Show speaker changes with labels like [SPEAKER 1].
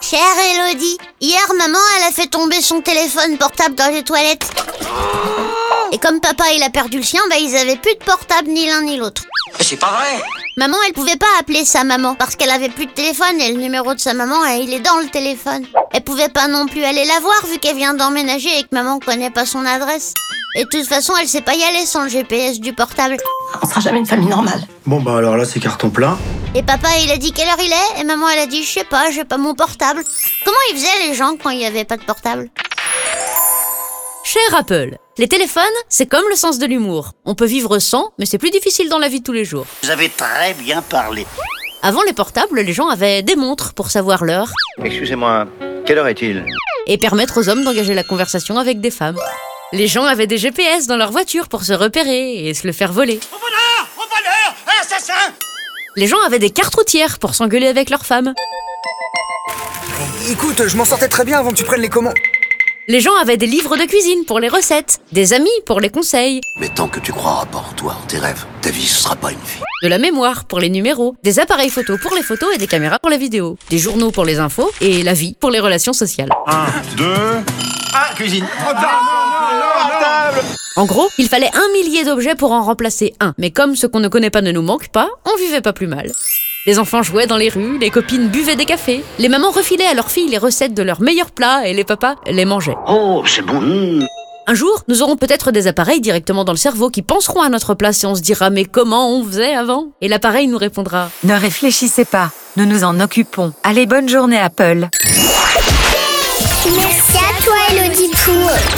[SPEAKER 1] Chère Elodie, hier maman elle a fait tomber son téléphone portable dans les toilettes. Et comme papa il a perdu le sien, bah ils avaient plus de portable ni l'un ni l'autre.
[SPEAKER 2] Mais C'est pas vrai
[SPEAKER 1] Maman elle pouvait pas appeler sa maman parce qu'elle avait plus de téléphone et le numéro de sa maman eh, il est dans le téléphone. Elle pouvait pas non plus aller la voir vu qu'elle vient d'emménager et que maman connaît pas son adresse. Et de toute façon elle sait pas y aller sans le GPS du portable.
[SPEAKER 3] On sera jamais une famille normale.
[SPEAKER 4] Bon bah alors là c'est carton plein.
[SPEAKER 1] Et papa il a dit quelle heure il est et maman elle a dit je sais pas, j'ai pas mon portable. Comment ils faisaient les gens quand il y avait pas de portable
[SPEAKER 5] Cher Apple, les téléphones, c'est comme le sens de l'humour. On peut vivre sans, mais c'est plus difficile dans la vie de tous les jours.
[SPEAKER 6] Vous avez très bien parlé.
[SPEAKER 5] Avant les portables, les gens avaient des montres pour savoir l'heure
[SPEAKER 7] Excusez-moi, quelle heure est-il
[SPEAKER 5] et permettre aux hommes d'engager la conversation avec des femmes. Les gens avaient des GPS dans leur voiture pour se repérer et se le faire voler. Les gens avaient des cartes routières pour s'engueuler avec leurs femmes.
[SPEAKER 8] Écoute, je m'en sortais très bien avant que tu prennes les commandes.
[SPEAKER 5] Les gens avaient des livres de cuisine pour les recettes, des amis pour les conseils,
[SPEAKER 6] Mais tant que tu croiras pas en toi, en tes rêves, ta vie ce sera pas une vie.
[SPEAKER 5] de la mémoire pour les numéros, des appareils photo pour les photos et des caméras pour les vidéos, des journaux pour les infos et la vie pour les relations sociales.
[SPEAKER 7] Ah, cuisine
[SPEAKER 5] En gros, il fallait un millier d'objets pour en remplacer un, mais comme ce qu'on ne connaît pas ne nous manque pas, on vivait pas plus mal. Les enfants jouaient dans les rues, les copines buvaient des cafés, les mamans refilaient à leurs filles les recettes de leurs meilleurs plats et les papas les mangeaient.
[SPEAKER 7] Oh, c'est bon
[SPEAKER 5] Un jour, nous aurons peut-être des appareils directement dans le cerveau qui penseront à notre place et on se dira mais comment on faisait avant Et l'appareil nous répondra.
[SPEAKER 9] Ne réfléchissez pas, nous nous en occupons. Allez, bonne journée Apple.
[SPEAKER 10] Merci à toi, Elodie Pou.